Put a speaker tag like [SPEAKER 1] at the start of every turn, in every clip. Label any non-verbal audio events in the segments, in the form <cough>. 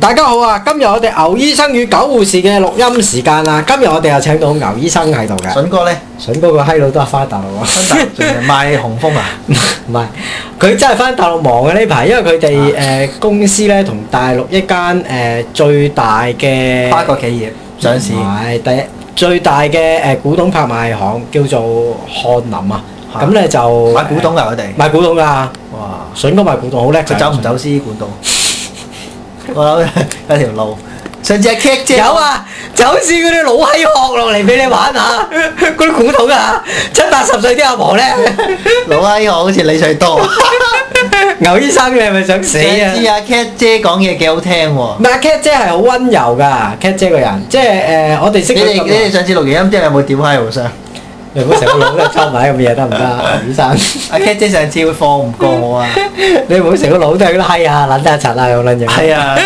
[SPEAKER 1] 大家好啊！今日我哋牛醫生與狗護士嘅錄音時間啊！今日我哋又請到牛醫生喺度嘅，
[SPEAKER 2] 筍
[SPEAKER 1] <laughs>
[SPEAKER 2] 哥咧，
[SPEAKER 1] 筍哥個閪佬都係翻大陸
[SPEAKER 2] 新大陸最近賣紅風啊，
[SPEAKER 1] <laughs> 唔係，佢真係翻大陸忙嘅呢排，因為佢
[SPEAKER 2] 啊
[SPEAKER 1] 哋誒公司咧同大陸一間誒、呃最大嘅
[SPEAKER 2] 跨國企業上市
[SPEAKER 1] 唔，係第一最大嘅誒、呃古董拍賣行叫做漢林啊，
[SPEAKER 2] 嚇
[SPEAKER 1] 咁咧就
[SPEAKER 2] 買古董㗎佢哋
[SPEAKER 1] 呃，賣古董㗎，
[SPEAKER 2] 哇！
[SPEAKER 1] 筍哥賣古董好叻㗎，
[SPEAKER 2] 佢走唔走私管道？我諗有條路，上次阿 Kick
[SPEAKER 1] <laughs>
[SPEAKER 2] 姐
[SPEAKER 1] 有，啊，就好似嗰啲老閪殼落嚟俾你玩下， <laughs> 嗰啲古董啊，七八十歲啲阿婆咧，
[SPEAKER 2] 老閪我好似李瑞多。
[SPEAKER 1] <laughs> 牛醫生你係咪想 <laughs> 死啊
[SPEAKER 2] 上？次阿 Kick 姐講嘢幾好聽喎
[SPEAKER 1] 唔，係 Cat 姐係好温柔噶，Cat 姐個人，即係誒、呃我哋識
[SPEAKER 2] 你
[SPEAKER 1] 佢咁
[SPEAKER 2] 哋你哋
[SPEAKER 1] 耐，
[SPEAKER 2] 上次錄完音之後有冇點閪互相？
[SPEAKER 1] <laughs> 你唔好成個腦都係抽埋咁嘅嘢得唔得啊？牛醫
[SPEAKER 2] <laughs>
[SPEAKER 1] 生，
[SPEAKER 2] 阿 Kick 姐上次會放唔過我啊，
[SPEAKER 1] 你唔好成個腦都係嗰啲閪啊、撚啊、柒啊咁撚嘢。<laughs>
[SPEAKER 2] 係啊，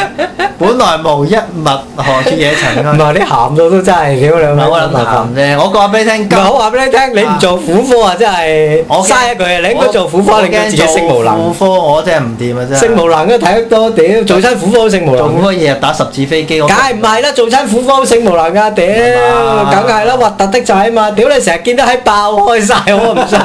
[SPEAKER 2] 本來無一物，何處惹塵
[SPEAKER 1] 唔
[SPEAKER 2] 埃？
[SPEAKER 1] 係你鹹到都真係屌你
[SPEAKER 2] 唔
[SPEAKER 1] 老
[SPEAKER 2] 係
[SPEAKER 1] 母
[SPEAKER 2] 我諗談啫，我講俾你聽，
[SPEAKER 1] 唔係
[SPEAKER 2] 今
[SPEAKER 1] 好話俾你聽，你唔做苦科啊，真係
[SPEAKER 2] 我
[SPEAKER 1] 嘥一句啊！你應該做苦科，
[SPEAKER 2] 我
[SPEAKER 1] 令到自己
[SPEAKER 2] 驚
[SPEAKER 1] 性無能
[SPEAKER 2] 做。苦科我真係唔掂啊！真係
[SPEAKER 1] 性無能嘅睇得多，屌做親苦科都性無
[SPEAKER 2] 做苦
[SPEAKER 1] 能。
[SPEAKER 2] 科日日打十次飛機，我
[SPEAKER 1] 梗係唔係啦？做親苦科都性無能㗎，屌，
[SPEAKER 2] 係嘛
[SPEAKER 1] 梗係啦，核突的仔嘛，屌你成日見到喺爆開晒，我唔信，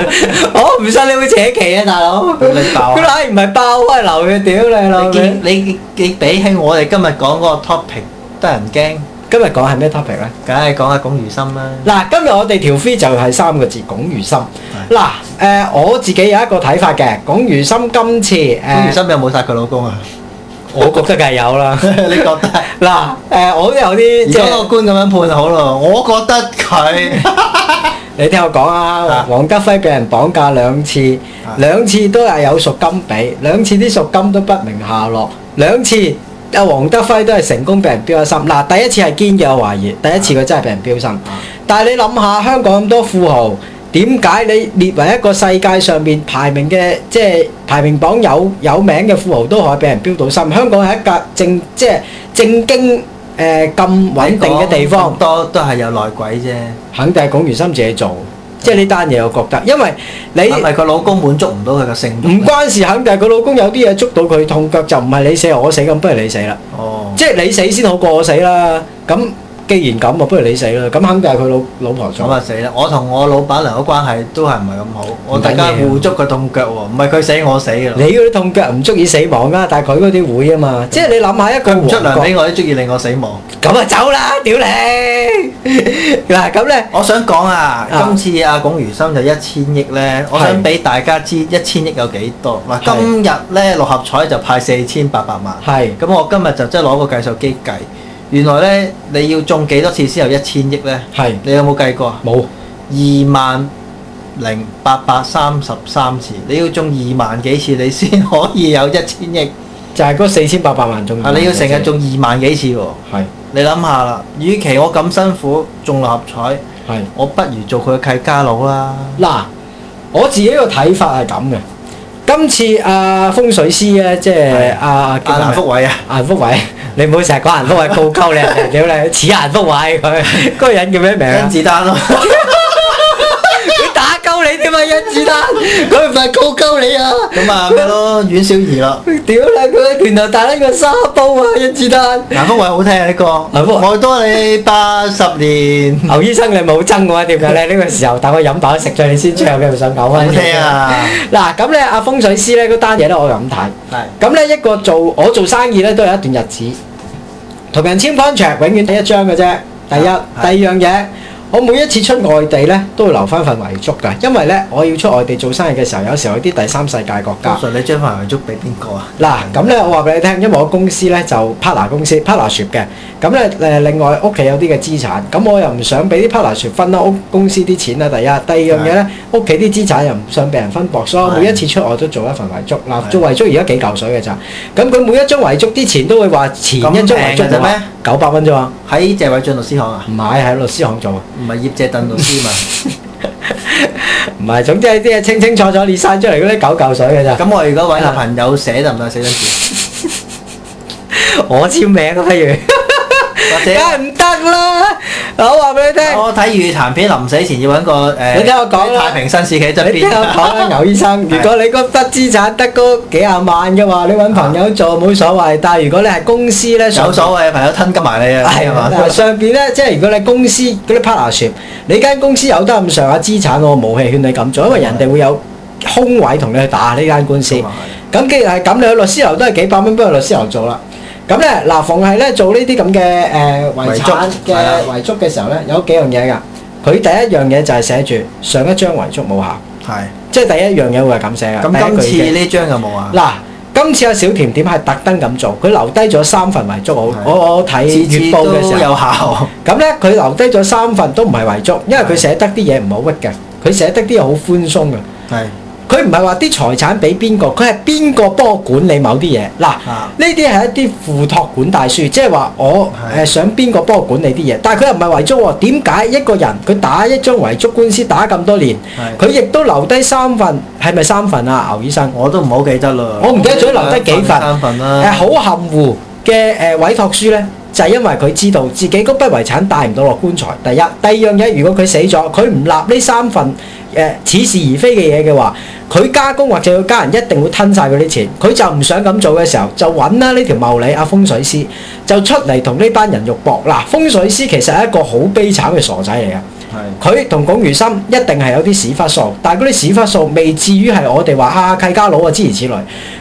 [SPEAKER 1] 我唔信你會扯旗啊，大佬！
[SPEAKER 2] 你爆
[SPEAKER 1] 佢
[SPEAKER 2] 啊！
[SPEAKER 1] 係唔係爆開流嘅？屌你老
[SPEAKER 2] 你
[SPEAKER 1] 味
[SPEAKER 2] 見！你你比起我哋今日講嗰個 topic 得人驚，
[SPEAKER 1] 今日講係咩 topic 咧？
[SPEAKER 2] 梗係講下龔如心啦。
[SPEAKER 1] 嗱，今日我哋條 free 就係三個字，龔如心。
[SPEAKER 2] 係
[SPEAKER 1] 嗱，誒我自己有一個睇法嘅，龔如心今次
[SPEAKER 2] 龔如
[SPEAKER 1] 誒，
[SPEAKER 2] 心有冇殺佢老公 <laughs> 啊？
[SPEAKER 1] 我覺得梗係有啦。
[SPEAKER 2] 你覺得？
[SPEAKER 1] 嗱，誒我都有啲
[SPEAKER 2] 而
[SPEAKER 1] 即
[SPEAKER 2] 家
[SPEAKER 1] 係
[SPEAKER 2] 個官咁樣判好咯，我覺得佢
[SPEAKER 1] 你聽我講啊
[SPEAKER 2] 啊，
[SPEAKER 1] 黃德輝俾人綁架兩次
[SPEAKER 2] 啊，
[SPEAKER 1] 兩次都係有贖金俾，兩次啲贖金都不明下落，兩次。阿黃德輝都係成功俾人標咗心，嗱第一次係堅嘅，我懷疑，第一次佢真係俾人標心。但係你諗下，香港咁多富豪，點解你列為一個世界上面排名嘅，即係排名榜有有名嘅富豪都可以俾人標到心？香港係一格正即係正經誒咁穩定嘅地方
[SPEAKER 2] 咁。多都係有內鬼啫。
[SPEAKER 1] 肯定係龔如心自己做，即係呢單嘢我覺得，因為
[SPEAKER 2] 係咪
[SPEAKER 1] 你
[SPEAKER 2] 佢老公滿足唔到佢個性慾
[SPEAKER 1] 唔
[SPEAKER 2] 呢？
[SPEAKER 1] 關事，肯定係佢老公有啲嘢捉到佢痛腳，就唔係你死我死咁，不如你死啦，
[SPEAKER 2] 哦，
[SPEAKER 1] 即係你死先好過我死啦。咁既然咁啊，不如你死啦。咁肯定係佢老老婆
[SPEAKER 2] 咁
[SPEAKER 1] 做。
[SPEAKER 2] 啊死啦！我同我老闆娘嘅關係都係唔係咁好，我大家
[SPEAKER 1] 唔緊要
[SPEAKER 2] 互捉佢痛腳喎，唔係佢死我死㗎啦
[SPEAKER 1] 你。嗰啲痛腳唔足以死亡啊，但係佢嗰啲會啊嘛。即係你諗下一個
[SPEAKER 2] 佢唔出
[SPEAKER 1] 王
[SPEAKER 2] 糧
[SPEAKER 1] 國，
[SPEAKER 2] 俾我，都中意令我死亡。
[SPEAKER 1] 咁啊走啦，屌你！ <laughs> 嗱咁咧，
[SPEAKER 2] 我想講啊，
[SPEAKER 1] 啊
[SPEAKER 2] 今次阿龔如心就一千億咧，我想俾大家知一千億有幾多。嗱，
[SPEAKER 1] 係
[SPEAKER 2] 今日咧六合彩就派四千八百萬，
[SPEAKER 1] 係
[SPEAKER 2] 咁我今日就即係攞個計數機計，原來咧你要中幾多次先有一千億咧？
[SPEAKER 1] 係
[SPEAKER 2] 你有冇計過啊？
[SPEAKER 1] 冇
[SPEAKER 2] 二萬零八百三十三次，你要中二萬幾次你先可以有一千億。
[SPEAKER 1] 就係嗰四千八百萬中。
[SPEAKER 2] 啊，你要成日中二萬幾次喎？
[SPEAKER 1] 係
[SPEAKER 2] 你諗下啦，與其我咁辛苦中六合彩。
[SPEAKER 1] 係。
[SPEAKER 2] 我不如做佢嘅契家佬啦。
[SPEAKER 1] 嗱，我自己個睇法係咁嘅。今次阿、風水師咧，即係
[SPEAKER 2] 係
[SPEAKER 1] 阿
[SPEAKER 2] 阿南福偉啊，
[SPEAKER 1] 顏福偉，你唔好成日講顏福偉告鳩你啊！
[SPEAKER 2] <laughs>
[SPEAKER 1] 屌你，似顏福偉佢嗰個人叫咩名
[SPEAKER 2] 甄
[SPEAKER 1] 啊？
[SPEAKER 2] 子丹
[SPEAKER 1] <laughs>
[SPEAKER 2] 咯，
[SPEAKER 1] 佢打鳩你添啊！甄子
[SPEAKER 2] <laughs>
[SPEAKER 1] 丹，佢唔係告鳩你啊！
[SPEAKER 2] 咁啊咩咯，阮小儀咯，
[SPEAKER 1] 屌你，佢拳頭打呢個沙煲啊！甄子丹，
[SPEAKER 2] 南福偉好聽啊呢歌，
[SPEAKER 1] 南福偉
[SPEAKER 2] 我多你八十年，
[SPEAKER 1] 牛醫生你冇憎我啊？點解咧？呢個時候等我飲飽食醉你先最後嘅想講
[SPEAKER 2] 好
[SPEAKER 1] 翻。
[SPEAKER 2] 聽！啊，
[SPEAKER 1] 嗱，咁咧阿風水師咧嗰單嘢咧，我咁睇。
[SPEAKER 2] 係
[SPEAKER 1] 咁咧一個做我做生意咧都有一段日子，同人簽 contract 永遠得一張嘅啫。第一，
[SPEAKER 2] 啊係
[SPEAKER 1] 第二樣嘢，我每一次出外地咧都會留翻份遺囑㗎，因為咧我要出外地做生意嘅時候，有時候有啲第三世界國家
[SPEAKER 2] 通。常你將份遺囑俾邊個啊？
[SPEAKER 1] 嗱，咁咧我話俾你聽，因為我公司咧就 partner 公司 partnership 嘅，咁咧誒另外屋企有啲嘅資產，咁我又唔想俾啲 partnership 分啦屋公司啲錢啦，第一，第二樣嘢咧屋企啲資產又唔想俾人分薄，所以我
[SPEAKER 2] 係
[SPEAKER 1] 每一次出外都做一份遺囑。嗱，
[SPEAKER 2] 係
[SPEAKER 1] 做遺囑而家幾嚿水嘅咋，咁佢每一張遺囑啲錢都會話前一張遺
[SPEAKER 2] 咁平
[SPEAKER 1] 囑
[SPEAKER 2] 嘅
[SPEAKER 1] 就
[SPEAKER 2] 啫
[SPEAKER 1] 話
[SPEAKER 2] 咩
[SPEAKER 1] 九百蚊啫嘛，
[SPEAKER 2] 喺謝偉俊律師行啊，
[SPEAKER 1] 唔係喺律師行做啊，
[SPEAKER 2] 唔係葉謝鄧律師嘛？
[SPEAKER 1] 唔係，總之係啲嘢清清楚楚列晒出嚟嗰啲九嚿水嘅咋，
[SPEAKER 2] <laughs> 咁我如果揾個朋友寫得唔得？寫張字，
[SPEAKER 1] 我簽名啊不如。
[SPEAKER 2] 或
[SPEAKER 1] 梗
[SPEAKER 2] 者
[SPEAKER 1] 係唔得啦！我話俾你聽，
[SPEAKER 2] 我睇粵語殘片臨死前要揾個誒，
[SPEAKER 1] 你聽我講啦
[SPEAKER 2] 太平紳士企喺側
[SPEAKER 1] 你聽我
[SPEAKER 2] 邊，
[SPEAKER 1] 講啦，牛醫生，如果你嗰筆資產得嗰幾廿萬嘅話，你揾朋友做冇所謂。但係如果你係公司咧，
[SPEAKER 2] 有所謂嘅朋友吞金埋你啊，
[SPEAKER 1] 係
[SPEAKER 2] 係嘛？
[SPEAKER 1] 嗱上邊咧，即係如果你公司嗰啲 partnership，你間公司有得咁上下資產，我冇氣勸你咁做，因為人哋會有空位同你去打呢間官司。
[SPEAKER 2] 啊
[SPEAKER 1] 咁既然係咁，你去律師樓都係幾百蚊，不如律師樓做啦。咁咧嗱，逢係咧做呢啲咁嘅誒遺產
[SPEAKER 2] 遺囑係
[SPEAKER 1] 嘅
[SPEAKER 2] 啦
[SPEAKER 1] 遺囑嘅時候咧，有幾樣嘢㗎。佢第一樣嘢就係寫住上一張遺囑冇效，
[SPEAKER 2] 係。
[SPEAKER 1] 即係第一樣嘢會係咁寫㗎。
[SPEAKER 2] 咁今
[SPEAKER 1] 第一句已經
[SPEAKER 2] 次呢張有冇啊？
[SPEAKER 1] 嗱，今次阿小甜點係特登咁做，佢留低咗三份遺囑。我
[SPEAKER 2] 係
[SPEAKER 1] 我我睇
[SPEAKER 2] 次
[SPEAKER 1] 月
[SPEAKER 2] 次
[SPEAKER 1] 報
[SPEAKER 2] 都
[SPEAKER 1] 嘅時候，
[SPEAKER 2] 有效，
[SPEAKER 1] 咁咧佢留低咗三份都唔係遺囑，因為佢
[SPEAKER 2] 係
[SPEAKER 1] 寫得啲嘢唔好屈嘅，佢寫得啲嘢好寬鬆嘅。
[SPEAKER 2] 係
[SPEAKER 1] 佢唔係話啲財產俾邊個，佢係邊個幫我管理某啲嘢。嗱，
[SPEAKER 2] 啊
[SPEAKER 1] 呢啲係一啲附託管大書，即係話我
[SPEAKER 2] 係
[SPEAKER 1] 誒想邊個幫我管理啲嘢，但係佢又唔係遺囑喎。點解一個人佢打一張遺囑官司打咁多年，
[SPEAKER 2] 係。
[SPEAKER 1] 佢亦都留低三份，係咪三份啊？牛醫生？
[SPEAKER 2] 我都唔好記得啦。
[SPEAKER 1] 我唔記得咗留低幾份
[SPEAKER 2] 三份啦。
[SPEAKER 1] 誒好含糊嘅誒委託書咧，就係、因為佢知道自己嗰筆遺產帶唔到落棺材。第一，第二樣嘢，如果佢死咗，佢唔立呢三份誒、似是而非嘅嘢嘅話，佢家公或者佢家人一定會吞晒佢啲錢。佢就唔想咁做嘅時候，就揾啦呢條茂利阿啊風水師，就出嚟同呢班人肉搏。嗱，風水師其實係一個好悲慘嘅傻仔嚟嘅。
[SPEAKER 2] 係
[SPEAKER 1] 佢同龔如心一定係有啲屎忽數，但係嗰啲屎忽數未至於係我哋話啊契家佬啊諸如此類。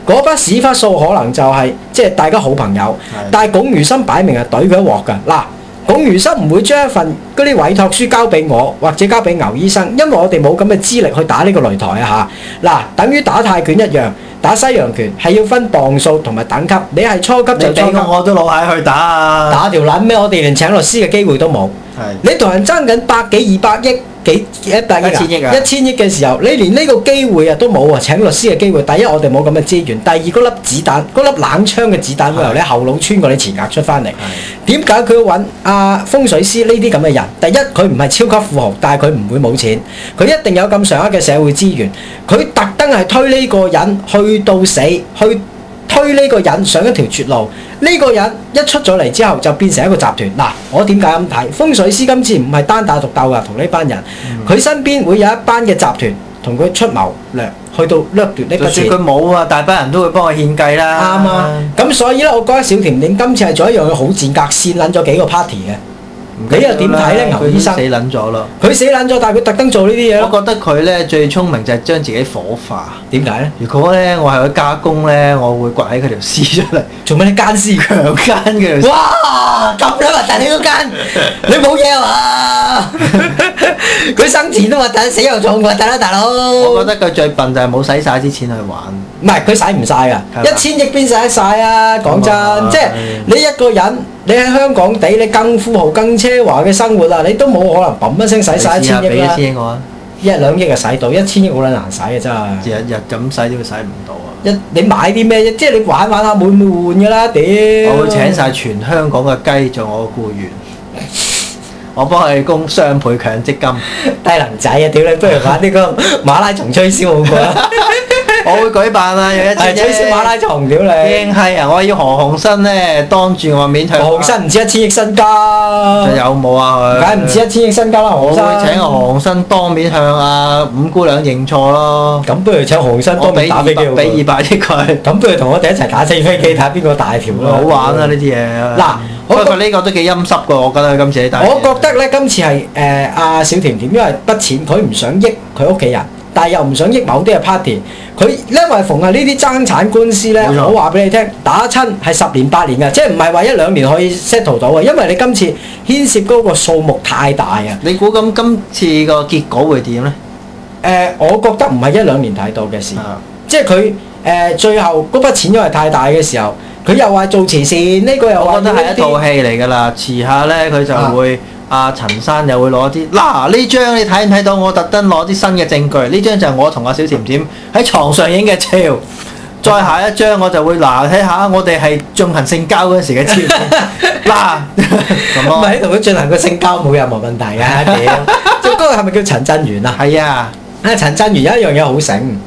[SPEAKER 1] 嗰筆屎忽數可能就係、即係大家好朋友，
[SPEAKER 2] 係
[SPEAKER 1] 但係龔如心擺明係懟佢一鑊㗎。嗱，龔如心唔會將一份嗰啲委託書交俾我或者交俾牛醫生，因為我哋冇咁嘅資歷去打呢個擂台啊嚇。嗱，等於打泰拳一樣，打西洋拳係要分磅數同埋等級，你係初級就
[SPEAKER 2] 你
[SPEAKER 1] 初
[SPEAKER 2] 俾
[SPEAKER 1] 級，
[SPEAKER 2] 我都老蟹去打啊！
[SPEAKER 1] 打條撚咩？我哋連請律師嘅機會都冇。
[SPEAKER 2] 係
[SPEAKER 1] 你同人爭緊百幾二百億幾一百億
[SPEAKER 2] 一千億啊
[SPEAKER 1] 一千億嘅時候，你連呢個機會啊都冇啊！請律師嘅機會，第一我哋冇咁嘅資源，第二嗰粒子彈，嗰粒冷槍嘅子彈會由你後腦穿過你前額出翻嚟。點解佢要揾阿風水師呢啲咁嘅人？第一，佢唔係超級富豪，但係佢唔會冇錢，佢一定有咁上下嘅社會資源。佢特登係推呢個人去到死，去推呢個人上一條絕路。呢、個人一出咗嚟之後，就變成一個集團。嗱，我點解咁睇？風水師今次唔係單打獨鬥㗎，同呢班人，佢身邊會有一班嘅集團同佢出謀略，去到掠奪呢
[SPEAKER 2] 就
[SPEAKER 1] 筆
[SPEAKER 2] 算
[SPEAKER 1] 錢。
[SPEAKER 2] 佢冇啊，大班人都會幫佢獻計啦。
[SPEAKER 1] 啱啊！咁所以咧，我覺得小甜甜今次係做一樣嘢好賤格，先撚咗幾個 party 嘅。
[SPEAKER 2] 唔緊要啦，
[SPEAKER 1] 你又點睇咧牛醫生
[SPEAKER 2] 佢已經死撚咗啦。
[SPEAKER 1] 佢死撚咗，但係佢特登做呢啲嘢咯。
[SPEAKER 2] 我覺得佢咧最聰明就係將自己火化。
[SPEAKER 1] 點解咧？
[SPEAKER 2] 如果咧我係佢家公咧，我會掘起佢條屍出嚟， <laughs>
[SPEAKER 1] 做咩你奸屍佢？
[SPEAKER 2] 強奸佢條屍。
[SPEAKER 1] 哇！咁撚核突你都
[SPEAKER 2] <laughs>
[SPEAKER 1] 奸，你冇嘢啊嘛？佢生前都核突，死又重核突啦，大佬。
[SPEAKER 2] 我
[SPEAKER 1] 唔
[SPEAKER 2] 覺得佢最笨就係冇使晒啲錢去玩。
[SPEAKER 1] 係佢使唔晒㗎，
[SPEAKER 2] 係嘛
[SPEAKER 1] 一千億邊使得晒啊？講真
[SPEAKER 2] 咁啊，
[SPEAKER 1] 即係你一個人，你喺香港地，你更富豪、更奢華嘅生活啊，你都冇可能砰一聲使晒一
[SPEAKER 2] 你試下
[SPEAKER 1] 千億
[SPEAKER 2] 俾一
[SPEAKER 1] 啦。
[SPEAKER 2] 千億我啊，
[SPEAKER 1] 一兩億就使到，一千億好撚難使嘅真係。
[SPEAKER 2] 日日咁使都使唔到啊！
[SPEAKER 1] 一你買啲咩啫？即係你玩玩下會唔會換噶啦？屌！
[SPEAKER 2] 我會請晒全香港嘅雞做我嘅僱員， <laughs> 我幫佢供雙倍強
[SPEAKER 1] <laughs>
[SPEAKER 2] 積金，
[SPEAKER 1] <laughs> 低能仔啊！屌你，不如玩呢個馬拉松吹簫好過啦。
[SPEAKER 2] 我會舉辦啊！有一
[SPEAKER 1] 係
[SPEAKER 2] 次
[SPEAKER 1] 吹簫馬拉松，屌你！
[SPEAKER 2] 驚係啊！我要何鴻燊咧當住我面去，
[SPEAKER 1] 何鴻燊唔止一千億身家，
[SPEAKER 2] 就有冇啊？
[SPEAKER 1] 梗
[SPEAKER 2] 佢
[SPEAKER 1] 係唔止一千億身家啦，何
[SPEAKER 2] 我
[SPEAKER 1] 鴻燊。
[SPEAKER 2] 會請何鴻燊當面向阿五姑娘認錯咯。
[SPEAKER 1] 咁不如請何鴻燊
[SPEAKER 2] 我
[SPEAKER 1] 當面
[SPEAKER 2] 俾
[SPEAKER 1] 打
[SPEAKER 2] 二
[SPEAKER 1] 飛
[SPEAKER 2] 百
[SPEAKER 1] 機好過
[SPEAKER 2] 俾二百億佢，
[SPEAKER 1] 咁不如同我哋一齊打四飛機，睇邊個大條啦！
[SPEAKER 2] 好玩啊！呢啲嘢。
[SPEAKER 1] 嗱
[SPEAKER 2] 不
[SPEAKER 1] 我覺
[SPEAKER 2] 過呢個都幾陰濕噶，我覺得佢今次呢單嘢。
[SPEAKER 1] 我覺得咧，今次係誒阿小甜甜，因為筆錢佢唔想益佢屋企人，但係又唔想益某啲嘅 party。佢因為逢係呢啲爭產官司咧，
[SPEAKER 2] 冇錯
[SPEAKER 1] 我話俾你聽，打親係十年八年嘅，即係唔係話一兩年可以 settle 到嘅，啊因為你今次牽涉嗰個數目太大啊。
[SPEAKER 2] 你估咁今次個結果會點咧？
[SPEAKER 1] 誒、呃我覺得唔係一兩年睇到嘅事，
[SPEAKER 2] 啊
[SPEAKER 1] 即係佢誒最後嗰筆錢因為太大嘅時候，佢又話做慈善，呢、個又話
[SPEAKER 2] 我覺得係一
[SPEAKER 1] 要 <laughs>
[SPEAKER 2] 套
[SPEAKER 1] 啲
[SPEAKER 2] 戲嚟㗎啦，遲下咧佢就會阿陳生又會攞啲嗱呢張你睇唔睇到？我特登攞啲新嘅證據，呢張就係我同阿小甜甜喺床上影嘅
[SPEAKER 1] <laughs>
[SPEAKER 2] 照。再下一張我就會嗱睇下我哋係進行性交嗰時嘅照
[SPEAKER 1] <laughs> 唔
[SPEAKER 2] 嗱咁咯，
[SPEAKER 1] 係同佢進行個性交冇任何問題啊！屌， <laughs> 即係嗰個係咪叫陳振元啊？
[SPEAKER 2] 係啊，
[SPEAKER 1] 啊，陳振元有一樣嘢好醒，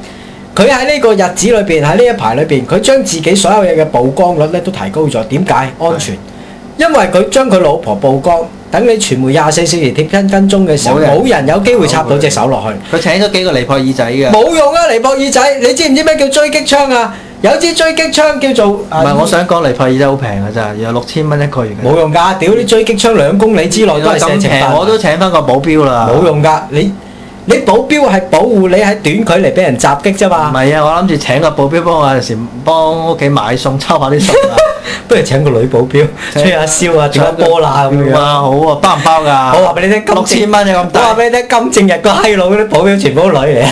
[SPEAKER 1] 佢喺呢個日子裏邊，喺呢一排裏邊，佢將自己所有嘢嘅曝光率咧都提高咗。點解？安全，因為佢將佢老婆曝光，等你傳媒廿四小時貼跟跟蹤嘅時候，
[SPEAKER 2] 冇人
[SPEAKER 1] 冇人有機會插到隻手落去。
[SPEAKER 2] 佢請咗幾個尼泊爾仔嘅。
[SPEAKER 1] 冇用啊，尼泊爾仔，你知唔知咩叫狙擊槍啊？有支狙擊槍叫做唔
[SPEAKER 2] 唔係，我想講尼泊爾真係好平嘅咋，有六千蚊一個月嘅。
[SPEAKER 1] 冇用㗎，屌啲狙擊槍兩公里之內都係射
[SPEAKER 2] 咁
[SPEAKER 1] 程範
[SPEAKER 2] 平，
[SPEAKER 1] 圍
[SPEAKER 2] 我都請翻個保鏢啦。
[SPEAKER 1] 冇用㗎，你你保鏢係保護你喺短距離俾人襲擊啫嘛，
[SPEAKER 2] 唔係啊，我諗住請個保鏢幫我有時幫屋企買餸抽下
[SPEAKER 1] <laughs>
[SPEAKER 2] 啲餸啊，
[SPEAKER 1] 不如請個女保鏢
[SPEAKER 2] 請
[SPEAKER 1] 吹下簫啊，點下波
[SPEAKER 2] <laughs>
[SPEAKER 1] 啦咁樣。
[SPEAKER 2] 啊，好啊，包唔包㗎？
[SPEAKER 1] 我話俾你聽，
[SPEAKER 2] 六
[SPEAKER 1] 金
[SPEAKER 2] 千
[SPEAKER 1] 正
[SPEAKER 2] 蚊有咁
[SPEAKER 1] 我話
[SPEAKER 2] 大，
[SPEAKER 1] 俾你聽，金正日個閪佬嗰啲保鏢全部都女嚟，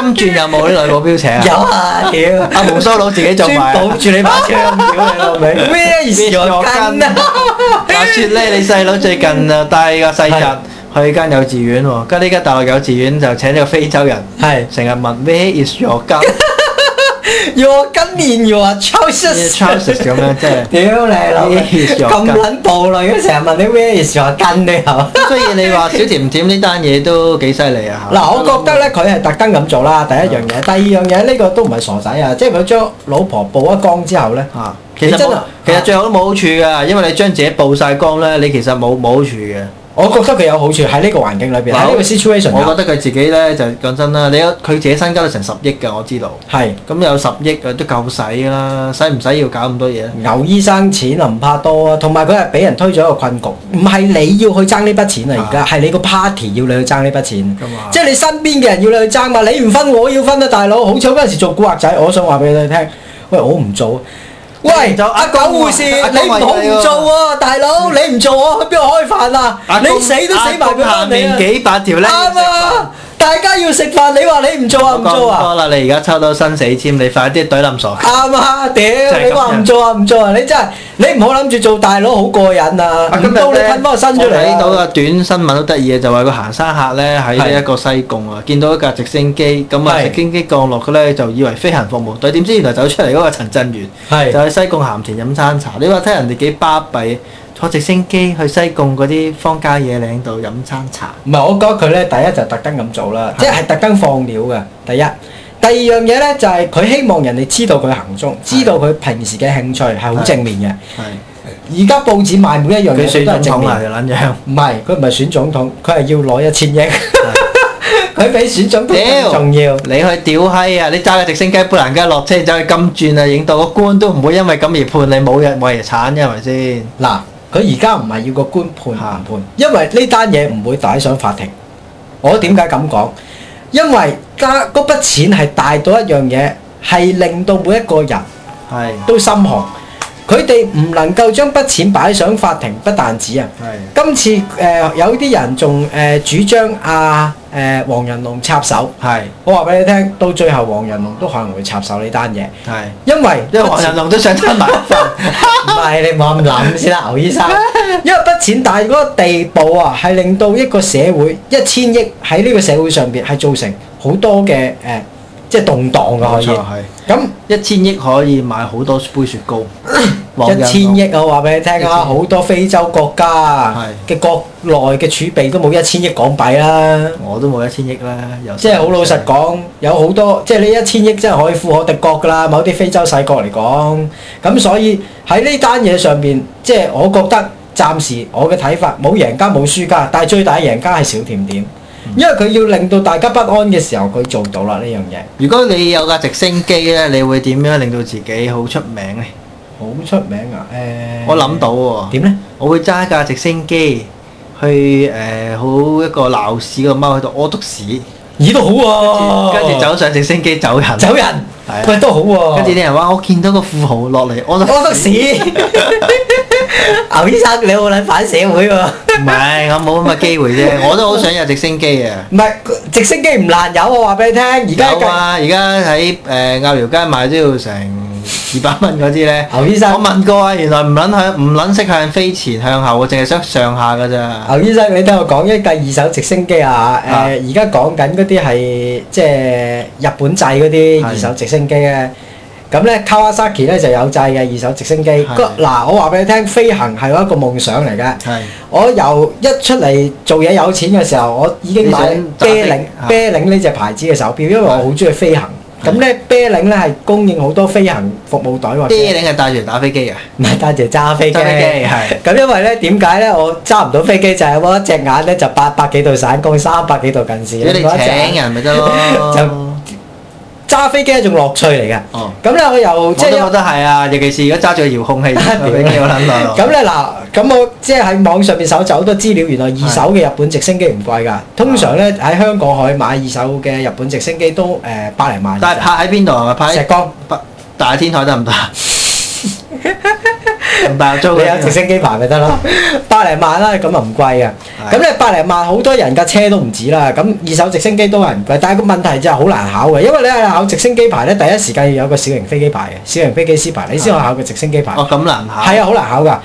[SPEAKER 2] 金鑽有冇啲女保鏢請啊？
[SPEAKER 1] 有啊，屌！
[SPEAKER 2] 阿胡鬚佬自己做
[SPEAKER 1] 專
[SPEAKER 2] 埋啊。
[SPEAKER 1] 保住你把槍，屌你老味！咩意思？我跟啊！
[SPEAKER 2] 話説咧，你細佬最近啊帶個細侄去間幼稚園喎，跟住呢間大陸幼稚園就請咗個非洲人，
[SPEAKER 1] 係
[SPEAKER 2] 成日問 Where is your
[SPEAKER 1] <laughs>
[SPEAKER 2] gun？
[SPEAKER 1] 若跟連若 trousers
[SPEAKER 2] trousers 咁樣即係
[SPEAKER 1] 屌你老味！
[SPEAKER 2] Where is your
[SPEAKER 1] 咁
[SPEAKER 2] gun？
[SPEAKER 1] 撚暴戾嘅，成日問你 where is your gun 你係嘛？
[SPEAKER 2] 所以你話小甜甜呢單嘢都幾犀利啊！
[SPEAKER 1] 嗱，我覺得咧佢係特登咁做啦，第一樣嘢，第二樣嘢呢個都唔係傻仔啊，即係佢將老婆曝一光之後咧，
[SPEAKER 2] 啊，其實
[SPEAKER 1] 你真
[SPEAKER 2] 冇
[SPEAKER 1] 係，
[SPEAKER 2] 其實最後都冇好處㗎，因為你將自己曝晒光咧，你其實冇冇好處嘅。
[SPEAKER 1] 我覺得佢有好處喺呢個環境裏邊，喺呢個 situation
[SPEAKER 2] 我
[SPEAKER 1] 下
[SPEAKER 2] 覺得佢自己咧就講真啦，你有佢自己身家都成十億㗎，我知道。
[SPEAKER 1] 係
[SPEAKER 2] 咁有十億啊，都夠使㗎啦，使唔使要搞咁多嘢咧？
[SPEAKER 1] 牛醫生錢啊唔怕多啊，同埋佢係俾人推咗一個困局，唔係你要去爭呢筆錢啊，而家係你個 party 要你去爭呢筆錢
[SPEAKER 2] 咁啊，
[SPEAKER 1] 即係你身邊嘅人要你去爭嘛，你唔分我要分啊，大佬，好似我嗰陣時做古惑仔，我想話俾你聽，喂，我唔做。喂，
[SPEAKER 2] 你唔做
[SPEAKER 1] 阿
[SPEAKER 2] 阿
[SPEAKER 1] 狗
[SPEAKER 2] 公
[SPEAKER 1] 護
[SPEAKER 2] 啊
[SPEAKER 1] 士，
[SPEAKER 2] 阿
[SPEAKER 1] 你唔
[SPEAKER 2] 公為
[SPEAKER 1] 好
[SPEAKER 2] 你
[SPEAKER 1] 唔
[SPEAKER 2] 喎
[SPEAKER 1] 做喎，大佬，你唔做我去邊度開飯啊？
[SPEAKER 2] 阿
[SPEAKER 1] 你
[SPEAKER 2] 公
[SPEAKER 1] 死都死埋
[SPEAKER 2] 阿
[SPEAKER 1] 佢
[SPEAKER 2] 公下
[SPEAKER 1] 啦你啊
[SPEAKER 2] 面！幾百條咧，
[SPEAKER 1] 啱啊！大家要食飯，你話你唔做啊唔
[SPEAKER 2] 我講
[SPEAKER 1] 做啊？
[SPEAKER 2] 多啦，你而家抽到生死簽，你快啲懟冧傻佢。
[SPEAKER 1] 啱啊！屌
[SPEAKER 2] 係咁樣
[SPEAKER 1] 你話唔做啊唔做啊！你真係你唔好諗住做大佬好過癮啊！
[SPEAKER 2] 啊
[SPEAKER 1] 唔到你噴翻個身出
[SPEAKER 2] 我睇
[SPEAKER 1] 嚟
[SPEAKER 2] 到
[SPEAKER 1] 啊！
[SPEAKER 2] 個短新聞都得意嘅，就話個行山客咧喺呢一個西貢啊，見到一架直升機，咁啊
[SPEAKER 1] 係
[SPEAKER 2] 直升機降落嘅咧就以為飛行服務隊，點知原來走出嚟嗰個陳振源，
[SPEAKER 1] 係
[SPEAKER 2] 就喺西貢鹹田飲餐茶。你話睇人哋幾巴閉，坐直升機去西貢嗰啲荒郊野嶺度飲餐茶，
[SPEAKER 1] 唔係，我覺得佢咧第一就特登咁做啦，
[SPEAKER 2] 係
[SPEAKER 1] 即係特登放料嘅。第一，第二樣嘢咧就係佢希望人哋知道佢行蹤，知道佢平時嘅興趣係好正面
[SPEAKER 2] 係
[SPEAKER 1] 嘅。而家報紙賣每一樣
[SPEAKER 2] 佢
[SPEAKER 1] 嘢
[SPEAKER 2] 選
[SPEAKER 1] 都係正
[SPEAKER 2] 總統啊，
[SPEAKER 1] 面，
[SPEAKER 2] 就撚樣。
[SPEAKER 1] 唔係佢唔係選總統，佢係要攞一千億， <laughs> 佢比選總統更
[SPEAKER 2] 屌，
[SPEAKER 1] 重要。
[SPEAKER 2] 你去屌閪啊！你揸架直升機布蘭街落車，走去金鑽啊，影到個官都唔會因為咁而判你冇人冇人產嘅，係咪先？
[SPEAKER 1] 嗱，佢而家唔係要個官判唔判，因為呢單嘢唔會帶上法庭。我點解咁講？因為家嗰筆錢係大到一樣嘢，係令到每一個人
[SPEAKER 2] 係
[SPEAKER 1] 都心寒。佢哋唔能夠將筆錢擺上法庭，不但止啊！
[SPEAKER 2] 係
[SPEAKER 1] 今次誒、呃有啲人仲誒、呃主張阿誒黃仁龍插手，
[SPEAKER 2] 係
[SPEAKER 1] 我話俾你聽，到最後黃仁龍都可能會插手呢單嘢，
[SPEAKER 2] 係，
[SPEAKER 1] 因為
[SPEAKER 2] 因為 <laughs> 黃仁龍都想吞埋一份，
[SPEAKER 1] 唔係，你唔好咁諗先啦，牛醫
[SPEAKER 2] <laughs>
[SPEAKER 1] 生。因為筆錢大嗰個地步啊，係令到一個社會一千億喺呢個社會上邊係造成好多嘅誒、呃即係動盪啊嘅可以。
[SPEAKER 2] 係
[SPEAKER 1] 咁
[SPEAKER 2] 一千億可以買好多杯雪糕，黃仁
[SPEAKER 1] 一
[SPEAKER 2] 龍
[SPEAKER 1] 千億啊，我話俾你聽
[SPEAKER 2] 一千
[SPEAKER 1] 啊，
[SPEAKER 2] 億
[SPEAKER 1] 好多非洲國家啊嘅國內嘅儲備都冇一千億港幣啦。
[SPEAKER 2] 我都冇一千億啦，又
[SPEAKER 1] 即係好老實講，有好多即係呢一千億真係可以富可敵國㗎啦。某啲非洲細國嚟講，咁所以喺呢單嘢上邊，即係我覺得暫時我嘅睇法冇贏家冇輸家，但係最大贏家係小甜甜，
[SPEAKER 2] 嗯
[SPEAKER 1] 因為佢要令到大家不安嘅時候，佢做到啦呢樣嘢，
[SPEAKER 2] 如果你有架直升機咧，你會點樣令到自己好出名咧？
[SPEAKER 1] 好出名啊！誒、
[SPEAKER 2] 我諗到喎。
[SPEAKER 1] 點呢？
[SPEAKER 2] 我會揸架直升機去誒、呃好一個鬧市個踎喺度屙督屎，
[SPEAKER 1] 咦都好喎、
[SPEAKER 2] 跟住走上直升機走人，
[SPEAKER 1] 走人
[SPEAKER 2] 係啊，
[SPEAKER 1] 喂都好喎、
[SPEAKER 2] 跟住啲人話我見到個富豪落嚟屙督
[SPEAKER 1] 屙督
[SPEAKER 2] <laughs>
[SPEAKER 1] 屎，牛醫生你好撚反社會喎、
[SPEAKER 2] 唔係我冇咁嘅機會
[SPEAKER 1] <laughs>
[SPEAKER 2] 啫，我都好想有直升機啊！
[SPEAKER 1] 唔係直升機唔難有，我話俾你聽，而家
[SPEAKER 2] 有啊！而家喺誒鴨寮街買都要成二百蚊嗰啲咧。
[SPEAKER 1] 牛醫生
[SPEAKER 2] 我問過啊，原來唔撚向唔撚識向飛前向後，我淨係識上下㗎咋。
[SPEAKER 1] 牛醫生，你聽我講一架二手直升機啊！誒、
[SPEAKER 2] 啊
[SPEAKER 1] 而家講緊嗰啲係即係日本製嗰啲
[SPEAKER 2] 係
[SPEAKER 1] 二手直升機咧。咁咧，Kawasaki 咧就有製嘅二手直升機。
[SPEAKER 2] 係
[SPEAKER 1] 個嗱，我話俾你聽，飛行係我一個夢想嚟嘅。
[SPEAKER 2] 係
[SPEAKER 1] 我由一出嚟做嘢有錢嘅時候，我已經買
[SPEAKER 2] 你想
[SPEAKER 1] 啤領
[SPEAKER 2] 打的
[SPEAKER 1] 啤領呢只牌子嘅手錶，因為我好中意飛行。咁咧啤領咧係供應好多飛行服務袋或者
[SPEAKER 2] 啲你係帶住打飛機嘅，
[SPEAKER 1] 唔係單止揸飛機。
[SPEAKER 2] 揸飛機係
[SPEAKER 1] 咁因為咧點解咧我揸唔到飛機就係我一隻眼咧就八百幾度散光，三百幾度近視。
[SPEAKER 2] 如果你
[SPEAKER 1] 另外一隻眼
[SPEAKER 2] 請人咪得
[SPEAKER 1] <laughs>
[SPEAKER 2] 咯。
[SPEAKER 1] 就揸飛機係一種樂趣嚟嘅。
[SPEAKER 2] 哦，
[SPEAKER 1] 咁咧我又
[SPEAKER 2] 我
[SPEAKER 1] 即
[SPEAKER 2] 都
[SPEAKER 1] 係 <laughs>
[SPEAKER 2] 覺得係啊，尤其是而家揸住個遙控器打飛機，我諗到。
[SPEAKER 1] 咁咧嗱，咁我即係喺網上面搜集好多資料，原來二手嘅日本直升機唔貴㗎。通常咧喺香港可以買二手嘅日本直升機都誒百零萬嘅啫。
[SPEAKER 2] 但係拍喺邊度係咪拍
[SPEAKER 1] 石
[SPEAKER 2] 喺
[SPEAKER 1] 江，
[SPEAKER 2] 北大天台得唔得？
[SPEAKER 1] <laughs>
[SPEAKER 2] 唔大租
[SPEAKER 1] 你有直
[SPEAKER 2] 嘅，
[SPEAKER 1] 升機牌咪得
[SPEAKER 2] <laughs>
[SPEAKER 1] 咯，百零萬啦，咁啊唔貴嘅。咁咧百零萬好多人架車都唔止啦，咁二手直升機都係唔貴，但係個問題就係好難考嘅，因為你考直升機牌咧，第一時間要有個小型飛機牌嘅，小型飛機師牌，你先可以考個直升機牌。
[SPEAKER 2] 哦咁難考。
[SPEAKER 1] 係啊，好難考
[SPEAKER 2] <laughs>
[SPEAKER 1] 㗎，